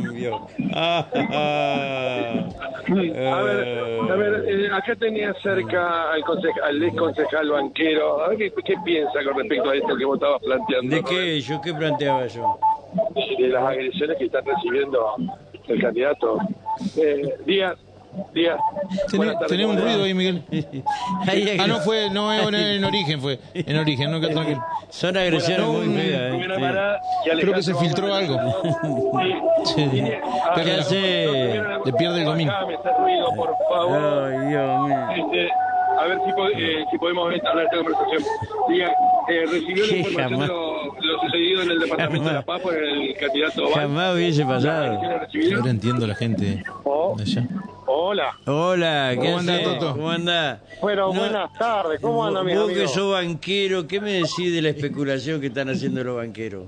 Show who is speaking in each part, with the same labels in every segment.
Speaker 1: serio. Ah, ah,
Speaker 2: A ver, a ver, eh, acá tenía cerca al, conce- al ex concejal banquero. A ver qué, qué piensa con respecto a esto que vos estabas planteando.
Speaker 1: ¿De qué yo qué planteaba yo?
Speaker 2: De las agresiones que está recibiendo el candidato. Eh, Díaz, Díaz. buenas
Speaker 3: Tenés,
Speaker 2: tardes,
Speaker 3: tenés un
Speaker 2: ¿cómo le va?
Speaker 3: ruido ahí, Miguel.
Speaker 1: Ahí
Speaker 3: Ah, no fue, no, en, en origen fue. En origen, no, que tranquilo.
Speaker 1: Son agresiones
Speaker 3: Bueno,
Speaker 1: muy
Speaker 3: no,
Speaker 1: feas.
Speaker 2: Rubén
Speaker 1: eh.
Speaker 2: Alvará y
Speaker 3: Creo que
Speaker 2: Alejandro
Speaker 3: se filtró algo.
Speaker 1: Sí.
Speaker 2: Ah,
Speaker 1: ¿Qué
Speaker 3: Perdón.
Speaker 1: hace?
Speaker 3: Le pierde el dominio.
Speaker 2: Bajame ese ruido, por favor.
Speaker 1: Ay, Dios mío.
Speaker 2: Este, a ver si, po- eh, si podemos entablar esta conversación. Diga, eh, ¿recibió la
Speaker 1: Sí,
Speaker 2: información de
Speaker 1: jamás.
Speaker 2: lo, lo sucedido en el Departamento de la
Speaker 1: Jamás.
Speaker 2: Paz por el candidato Oval?
Speaker 1: Jamás hubiese
Speaker 2: ¿Sí
Speaker 1: pasado.
Speaker 2: la recibió?
Speaker 3: Ahora entiendo la gente ¿eh?
Speaker 4: Oh,
Speaker 3: de allá.
Speaker 4: hola.
Speaker 1: Hola, ¿qué
Speaker 3: ¿Cómo andás,
Speaker 1: hace?
Speaker 3: Toto?
Speaker 1: ¿Cómo andás?
Speaker 4: Bueno,
Speaker 1: No,
Speaker 4: buenas tardes. ¿Cómo andan mis
Speaker 1: Vos que
Speaker 4: amigos?
Speaker 1: sos banquero, ¿qué me decís de la especulación que están haciendo los banqueros?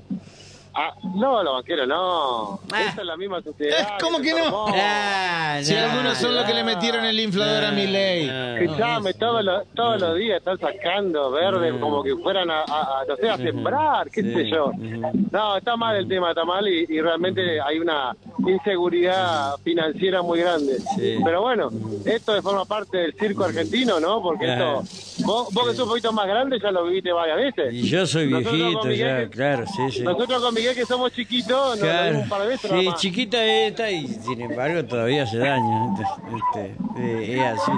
Speaker 4: Ah, no, los banqueros no. Esta es la misma sociedad.
Speaker 3: Eh, ¿cómo que no?
Speaker 4: formó.
Speaker 1: Ah,
Speaker 3: Si
Speaker 1: nah,
Speaker 3: algunos son los que le metieron el inflador a mi ley.
Speaker 1: nah.
Speaker 4: Escuchame, Ah, todos los, todos
Speaker 1: Mm.
Speaker 4: los días están sacando verde como que fueran a, a- a, no sé, a sembrar, qué
Speaker 1: Sí.
Speaker 4: sé yo.
Speaker 1: Ujú.
Speaker 4: No, está mal el tema, está mal y, y realmente hay una inseguridad financiera muy grande.
Speaker 1: Sí.
Speaker 4: Pero bueno, esto forma parte del circo argentino, ¿no? Porque
Speaker 1: Claro.
Speaker 4: esto, vos, vos que sos un poquito más grande ya lo viviste varias veces.
Speaker 1: Y yo soy
Speaker 4: Nosotros con
Speaker 1: viejito
Speaker 4: Miguel
Speaker 1: ya,
Speaker 4: que-
Speaker 1: claro, sí, sí.
Speaker 4: Nosotros con Miguel que somos chiquitos, nos lo
Speaker 1: Claro.
Speaker 4: vimos un par de veces
Speaker 1: Sí,
Speaker 4: nomás.
Speaker 1: chiquita esta y sin embargo todavía hace daño. Este, este, eh, es así.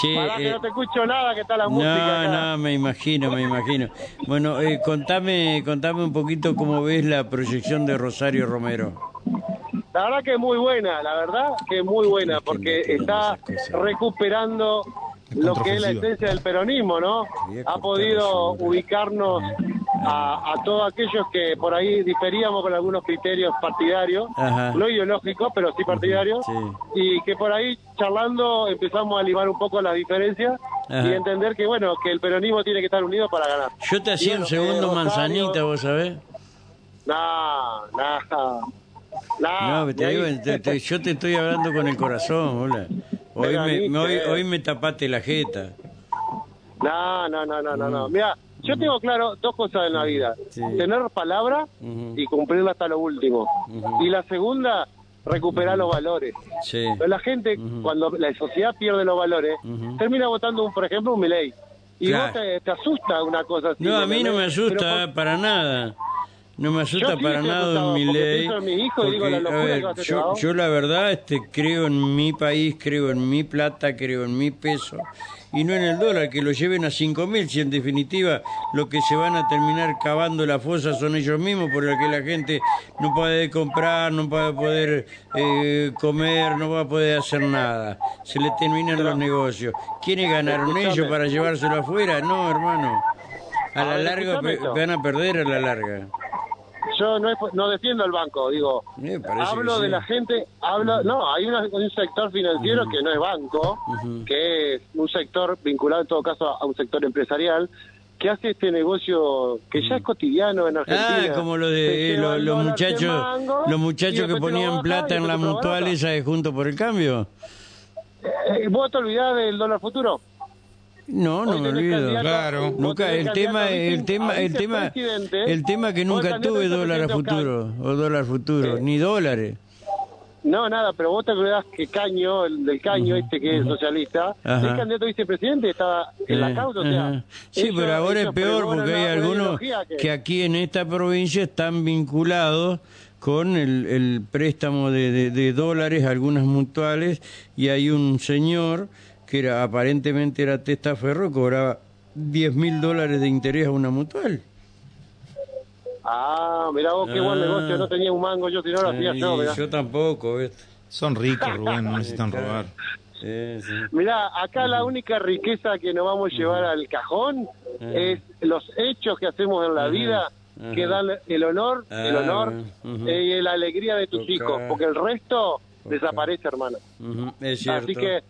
Speaker 1: Che,
Speaker 4: Pará, que
Speaker 1: eh,
Speaker 4: no te escucho nada, que está la música acá.
Speaker 1: No, no, me imagino, me imagino. Bueno, eh, contame, contame un poquito cómo ves la proyección de Rosario Romero.
Speaker 4: La verdad que es muy buena, la verdad que es muy buena, porque está recuperando lo que es la
Speaker 3: contraofensiva.
Speaker 4: esencia del peronismo, ¿no? Ha podido ubicarnos a, a todos aquellos que por ahí diferíamos con algunos criterios partidarios,
Speaker 1: Ajá.
Speaker 4: no ideológicos, pero sí partidarios,
Speaker 1: Sí.
Speaker 4: y que por ahí charlando empezamos a limar un poco las diferencias
Speaker 1: Ajá.
Speaker 4: y entender que, bueno, que el peronismo tiene que estar unido para ganar.
Speaker 1: Yo te hacía un
Speaker 4: Bueno,
Speaker 1: segundo
Speaker 4: eh, Rosario-
Speaker 1: manzanita, vos sabés.
Speaker 4: No, no, no.
Speaker 1: No, te digo, te- te- yo te estoy hablando con el corazón, hola. Hoy
Speaker 4: Pero
Speaker 1: me,
Speaker 4: ni
Speaker 1: me- hoy,
Speaker 4: creer.
Speaker 1: hoy me tapaste la jeta.
Speaker 4: No, no, no, no, no, no. Mira, yo tengo claro dos cosas en la vida.
Speaker 1: Mm. Sí. Mm-hmm.
Speaker 4: Tener palabra
Speaker 1: Ujú.
Speaker 4: y cumplirla hasta lo último.
Speaker 1: Ujú.
Speaker 4: Y la segunda, recuperar los valores.
Speaker 1: Sí.
Speaker 4: Pero la gente,
Speaker 1: Mm-hmm.
Speaker 4: cuando la sociedad pierde los valores,
Speaker 1: Ujú.
Speaker 4: termina votando, un, por ejemplo, un Milei. Y
Speaker 1: Mm-hmm. Claro.
Speaker 4: vos te, te asusta una cosa así.
Speaker 1: No, a mí no me
Speaker 4: ¿entendés?
Speaker 1: asusta
Speaker 4: Pero
Speaker 1: eh, para nada. No me asusta
Speaker 4: Yo sí
Speaker 1: para
Speaker 4: estoy
Speaker 1: nada
Speaker 4: asustado,
Speaker 1: don
Speaker 4: porque
Speaker 1: Milei.
Speaker 4: pienso en mi hijo y digo la
Speaker 1: porque,
Speaker 4: locura que va a hacer este
Speaker 1: yo,
Speaker 4: vago.
Speaker 1: yo la verdad este, creo en mi país, creo en mi plata, creo en mi peso. Y no en el dólar, que lo lleven a 5.000, si en definitiva lo que se van a terminar cavando la fosa son ellos mismos, por lo que la gente no puede comprar, no va a poder eh, comer, no va a poder hacer nada. Se le terminan los negocios. ¿Quiénes ganaron ellos para llevárselo afuera? No, hermano. A la
Speaker 4: Ahora,
Speaker 1: larga
Speaker 4: escuchame
Speaker 1: pe-
Speaker 4: esto.
Speaker 1: van a perder a la larga.
Speaker 4: Yo no, es- no defiendo al banco, digo.
Speaker 1: Eh, parece
Speaker 4: Hablo
Speaker 1: que
Speaker 4: de
Speaker 1: sí.
Speaker 4: la gente, hablo, no, hay una- un sector financiero que no es banco, que es un sector vinculado en todo caso a un sector empresarial, que hace este negocio que ya es cotidiano en
Speaker 1: Ah,
Speaker 4: Argentina.
Speaker 1: como los
Speaker 4: Te
Speaker 1: de eh,
Speaker 4: lleva
Speaker 1: lo-
Speaker 4: el
Speaker 1: los
Speaker 4: dólar, te
Speaker 1: muchachos,
Speaker 4: mango,
Speaker 1: los
Speaker 4: y
Speaker 1: muchachos
Speaker 4: después
Speaker 1: que
Speaker 4: te lo
Speaker 1: ponían
Speaker 4: baja,
Speaker 1: plata
Speaker 4: y
Speaker 1: en la
Speaker 4: después te lo
Speaker 1: mutual
Speaker 4: barata.
Speaker 1: esa de junto por el cambio.
Speaker 4: Eh, ¿Vos te olvidás del dólar futuro?
Speaker 1: No, no
Speaker 4: Hoy
Speaker 1: me
Speaker 4: tenés
Speaker 1: olvido.
Speaker 4: candidato-
Speaker 3: Claro.
Speaker 4: vos
Speaker 1: Nunca
Speaker 4: tenés
Speaker 1: el
Speaker 4: candidato
Speaker 1: tema
Speaker 4: a vice-
Speaker 1: el tema
Speaker 4: a
Speaker 1: el tema
Speaker 4: vicepresidente,
Speaker 1: el tema que
Speaker 4: vos
Speaker 1: nunca
Speaker 4: candidato
Speaker 1: tuve
Speaker 4: a
Speaker 1: dólar a
Speaker 4: vicepresidente local.
Speaker 1: futuro o dólar futuro
Speaker 4: Sí.
Speaker 1: ni dólares.
Speaker 4: No, nada, pero vos te acordás que Caño, el del Caño, este que es socialista,
Speaker 1: Ajá.
Speaker 4: es candidato a vicepresidente, estaba en
Speaker 1: Eh,
Speaker 4: la causa, o sea...
Speaker 1: ajá. Sí,
Speaker 4: ellos-
Speaker 1: pero ahora es
Speaker 4: ellos
Speaker 1: peor
Speaker 4: pregonan
Speaker 1: porque hay
Speaker 4: una
Speaker 1: algunos
Speaker 4: ideología
Speaker 1: que aquí en esta provincia están vinculados con el, el préstamo de, de- de dólares, algunas mutuales, y hay un señor que era aparentemente era testaferro, cobraba 10 mil dólares de interés a una mutual.
Speaker 4: Ah, mirá vos, qué
Speaker 1: Ah.
Speaker 4: buen negocio, no tenía un mango yo, si no lo hacía
Speaker 1: Eh,
Speaker 4: yo, mirá.
Speaker 1: y yo tampoco. ¿viste?
Speaker 3: Son ricos, Rubén, no necesitan robar.
Speaker 1: Sí, sí.
Speaker 4: Mirá, acá la única riqueza que nos vamos a llevar al cajón es los hechos que hacemos en la vida
Speaker 1: Ajá.
Speaker 4: que dan el honor, el
Speaker 1: Ah,
Speaker 4: honor
Speaker 1: bueno. Ujú.
Speaker 4: eh, y la alegría de tus
Speaker 1: Ok.
Speaker 4: hijos, porque el resto desaparece, hermano.
Speaker 1: Ujú, Es cierto.
Speaker 4: Así que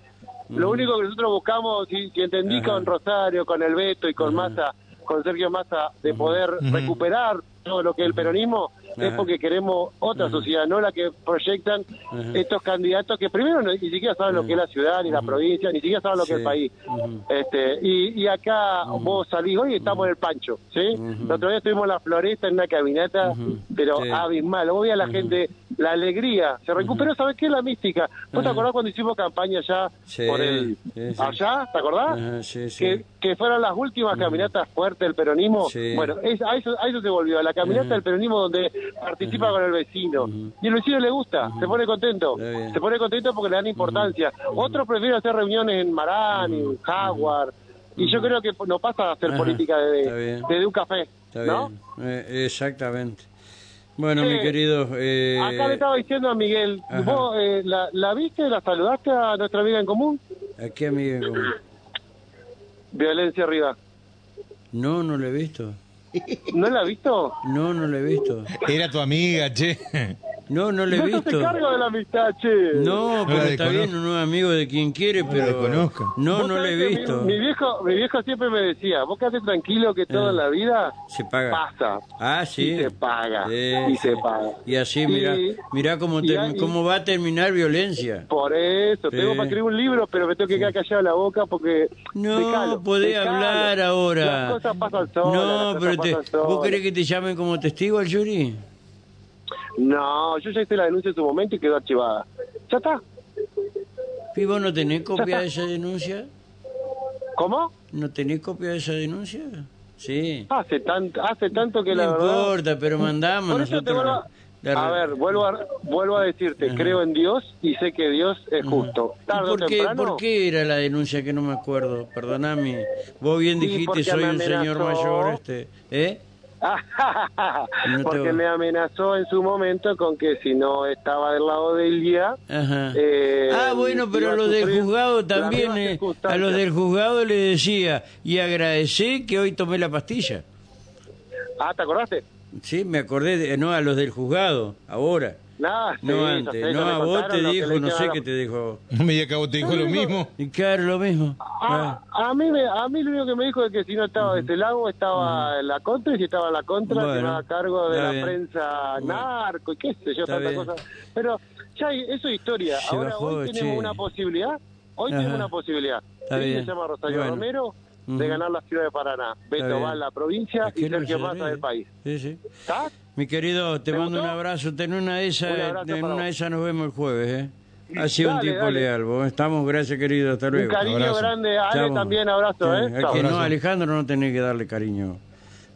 Speaker 4: lo único que nosotros buscamos, si, si entendí
Speaker 1: Ajá.
Speaker 4: con Rosario, con el Beto y con Massa, con Sergio Massa, de poder recuperar todo lo que es el peronismo, es
Speaker 1: Ajá.
Speaker 4: porque queremos otra sociedad, no la que proyectan
Speaker 1: Ajá.
Speaker 4: estos candidatos que primero no- ni siquiera saben lo que es la ciudad, ni la provincia, ni siquiera saben lo que es
Speaker 1: Sí.
Speaker 4: el país.
Speaker 1: Ujú.
Speaker 4: este Y, y acá vos salís hoy y estamos en el Pancho, ¿sí? El otro día estuvimos en la floresta, en una caminata, pero
Speaker 1: Sí.
Speaker 4: abismal. Hoy a la gente la alegría. Se recuperó, ¿sabes qué? La mística. ¿Vos te acordás cuando hicimos campaña allá
Speaker 1: Sí,
Speaker 4: por el...
Speaker 1: sí, sí.
Speaker 4: Allá, ¿te acordás?
Speaker 1: Ajá, sí, sí.
Speaker 4: Que, que fueron las últimas caminatas fuertes del peronismo.
Speaker 1: Sí.
Speaker 4: Bueno, es- a, eso, a eso se volvió, a la caminata del peronismo donde participa con el vecino. Y el vecino le gusta, se pone contento.
Speaker 1: Está bien.
Speaker 4: Se pone contento porque le dan importancia. Otros prefieren hacer reuniones en Marán, en Jaguar. Y yo creo que no pasa a hacer
Speaker 1: Ajá,
Speaker 4: política
Speaker 1: está
Speaker 4: desde,
Speaker 1: bien.
Speaker 4: desde un café,
Speaker 1: Está
Speaker 4: ¿no?
Speaker 1: bien. Eh, exactamente. Bueno,
Speaker 4: Sí.
Speaker 1: mi querido. eh,
Speaker 4: Acá le estaba diciendo a Miguel,
Speaker 1: Ajá.
Speaker 4: ¿vos eh, la, la viste, la saludaste a nuestra amiga en común?
Speaker 1: ¿A qué amiga en común?
Speaker 4: Violencia arriba.
Speaker 1: No, no lo he visto.
Speaker 4: ¿No la has visto?
Speaker 1: No, no lo he visto.
Speaker 3: Era tu amiga, che.
Speaker 1: No, no lo he
Speaker 4: No se
Speaker 1: visto.
Speaker 4: cargo de la amistad, che.
Speaker 1: No,
Speaker 3: No
Speaker 1: pero
Speaker 3: la
Speaker 1: está
Speaker 3: desconozco.
Speaker 1: bien, uno es amigo de quien quiere, pero.
Speaker 3: desconozco.
Speaker 1: No,
Speaker 4: Vos
Speaker 1: no lo he
Speaker 4: sabés que mi-
Speaker 1: visto.
Speaker 4: Mi, viejo, mi viejo siempre me decía, vos quedate tranquilo que
Speaker 1: Eh.
Speaker 4: todo en la vida
Speaker 1: Se paga.
Speaker 4: pasa.
Speaker 1: Ah, sí.
Speaker 4: Y se paga.
Speaker 1: Eh,
Speaker 4: y se paga.
Speaker 1: Y así, mira,
Speaker 4: Y-
Speaker 1: mira cómo,
Speaker 4: y
Speaker 1: termi-
Speaker 4: ahí-
Speaker 1: cómo va a terminar violencia.
Speaker 4: Por eso,
Speaker 1: Sí.
Speaker 4: tengo para escribir un libro, pero me tengo que quedar callado la boca porque.
Speaker 1: No,
Speaker 4: me calo, me
Speaker 1: podés
Speaker 4: calo.
Speaker 1: hablar ahora.
Speaker 4: Las cosas pasan solas.
Speaker 1: No,
Speaker 4: las cosas
Speaker 1: pero te-
Speaker 4: pasan solas.
Speaker 1: ¿vos querés que te llamen como testigo al jury?
Speaker 4: No, yo ya hice la denuncia en su momento y quedó archivada. Ya está.
Speaker 1: ¿Y vos no tenés copia de esa denuncia?
Speaker 4: ¿Cómo?
Speaker 1: ¿No tenés copia de esa denuncia? Sí.
Speaker 4: Hace, tanto hace tanto que
Speaker 1: no
Speaker 4: la verdad.
Speaker 1: importa, pero mandamos
Speaker 4: Por eso te
Speaker 1: nosotros.
Speaker 4: vuelvo a,
Speaker 1: la- la-
Speaker 4: a ver, vuelvo a, vuelvo a decirte, creo en Dios y sé que Dios es justo.
Speaker 1: ¿Y
Speaker 4: Tarde o
Speaker 1: por, qué,
Speaker 4: temprano,
Speaker 1: por qué era la denuncia que no me acuerdo? Perdoname. Vos bien
Speaker 4: Y
Speaker 1: dijiste,
Speaker 4: porque
Speaker 1: soy
Speaker 4: me
Speaker 1: un señor
Speaker 4: amenazó.
Speaker 1: mayor. este, ¿Eh? No te
Speaker 4: porque
Speaker 1: va.
Speaker 4: me amenazó en su momento con que si no estaba del lado de Ilia,
Speaker 1: Ajá.
Speaker 4: Eh,
Speaker 1: ah, bueno, pero
Speaker 4: iba a
Speaker 1: los del
Speaker 4: sufrir
Speaker 1: juzgado
Speaker 4: las
Speaker 1: también,
Speaker 4: mismas
Speaker 1: eh, a
Speaker 4: circunstancias.
Speaker 1: los del juzgado le decía, y agradecí que hoy tomé la pastilla.
Speaker 4: ah, ¿te acordaste?
Speaker 1: Sí, me acordé, de- no a los del juzgado, ahora.
Speaker 4: Nada,
Speaker 1: No antes, no a vos te dijo, no sé qué te dijo.
Speaker 3: No me digas que a vos te dijo lo mismo.
Speaker 1: Y claro, lo mismo.
Speaker 4: Ah,
Speaker 1: Ah,
Speaker 4: A, a mí me, a mí lo único que me dijo es que si no estaba de este lado estaba en la contra y si estaba en la contra
Speaker 1: Bueno,
Speaker 4: se va a cargo de
Speaker 1: está
Speaker 4: la
Speaker 1: bien.
Speaker 4: prensa
Speaker 1: Bueno.
Speaker 4: narco y qué sé yo,
Speaker 1: Está
Speaker 4: tanta
Speaker 1: bien.
Speaker 4: cosa. Pero ya hay- eso es historia.
Speaker 1: Se
Speaker 4: Ahora
Speaker 1: bajó,
Speaker 4: hoy tenemos
Speaker 1: che.
Speaker 4: una posibilidad. Hoy
Speaker 1: Ajá.
Speaker 4: tenemos una posibilidad.
Speaker 1: Está
Speaker 4: Sí,
Speaker 1: bien.
Speaker 4: Se llama Rosario
Speaker 1: Bueno.
Speaker 4: Romero
Speaker 1: Ujú.
Speaker 4: de ganar la ciudad de Paraná. Beto
Speaker 1: bien.
Speaker 4: va a la provincia
Speaker 1: Es que
Speaker 4: y
Speaker 1: no
Speaker 4: Sergio
Speaker 1: se
Speaker 4: Massa
Speaker 1: ríe.
Speaker 4: del país.
Speaker 1: Sí, sí.
Speaker 4: ¿Está?
Speaker 1: Mi querido, te
Speaker 4: ¿Te
Speaker 1: mando un
Speaker 4: gustó?
Speaker 1: abrazo. En una de esas,
Speaker 4: Un abrazo
Speaker 1: en
Speaker 4: para
Speaker 1: una de
Speaker 4: vos.
Speaker 1: esas nos vemos el jueves. ¿eh? Ha sido un
Speaker 4: Dale,
Speaker 1: tipo
Speaker 4: dale.
Speaker 1: leal. Vos estamos, gracias querido, hasta
Speaker 4: Un
Speaker 1: luego.
Speaker 4: cariño
Speaker 3: abrazo.
Speaker 4: grande a Ale
Speaker 1: Chao.
Speaker 4: también, abrazo,
Speaker 1: Sí,
Speaker 4: ¿eh?
Speaker 1: al
Speaker 4: Chao.
Speaker 1: que no, Alejandro, no tenés que darle cariño.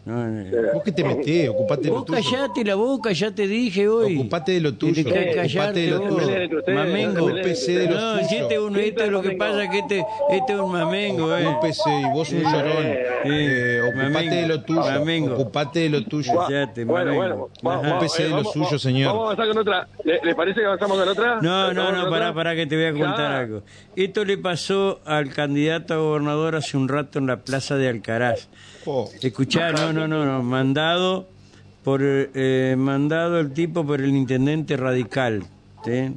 Speaker 1: No, eh,
Speaker 3: Vos que te metés, ocupate de lo
Speaker 1: Vos
Speaker 3: tuyo.
Speaker 1: callate la boca, ya te dije hoy.
Speaker 3: Ocupate de lo tuyo,
Speaker 1: Tenés que
Speaker 3: ocupate
Speaker 1: callarte
Speaker 3: de lo
Speaker 1: vos.
Speaker 2: No
Speaker 3: tuyo.
Speaker 2: se peleen entre ustedes,
Speaker 1: Mamengo.
Speaker 2: no se
Speaker 3: peleen entre
Speaker 1: No,
Speaker 3: ustedes.
Speaker 1: si este es uno, este es lo que pasa es que este, este es un mamengo, eh.
Speaker 3: No pese, y vos un llorón. Eh, ocupate de lo tuyo.
Speaker 1: Mamengo.
Speaker 3: Ocupate de lo tuyo.
Speaker 1: Callate,
Speaker 2: Bueno,
Speaker 1: mamengo.
Speaker 2: bueno, vamos,
Speaker 1: Ajá.
Speaker 2: vamos,
Speaker 3: Empecé
Speaker 2: eh,
Speaker 3: lo
Speaker 2: vamos,
Speaker 3: suyo,
Speaker 2: vamos,
Speaker 3: señor.
Speaker 2: Vamos a avanzar con otra. ¿Le, le parece que avanzamos con otra?
Speaker 1: No, no,
Speaker 2: ¿Avanzamos
Speaker 1: no,
Speaker 2: con
Speaker 1: pará,
Speaker 2: otra?
Speaker 1: pará que te voy a contar
Speaker 2: Ah,
Speaker 1: algo. Esto le pasó al candidato a gobernador hace un rato en la plaza de Alcaraz.
Speaker 3: Oh.
Speaker 1: Escuchá, no, no, no, no, mandado por eh, mandado el tipo por el intendente radical. ¿sí?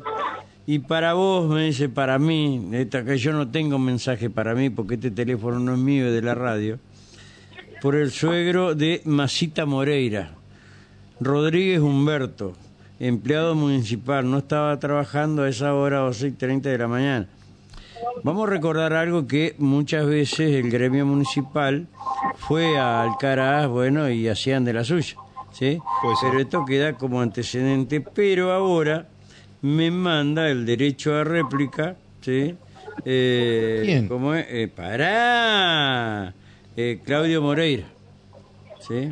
Speaker 1: Y para vos, me dice, para mí, esta, que yo no tengo mensaje para mí porque este teléfono no es mío, es de la radio, por el suegro de Masita Moreira, Rodríguez Humberto, empleado municipal, no estaba trabajando a esa hora o 6.30 de la mañana. Vamos a recordar algo que muchas veces el gremio municipal fue a Alcaraz, bueno, y hacían de la suya, ¿sí?
Speaker 3: Puede ser.
Speaker 1: Pero esto queda como antecedente, pero ahora me manda el derecho a réplica, ¿sí? Eh,
Speaker 3: ¿Quién?
Speaker 1: ¿Cómo es? Eh, pará, Eh, Claudio Moreira, ¿sí?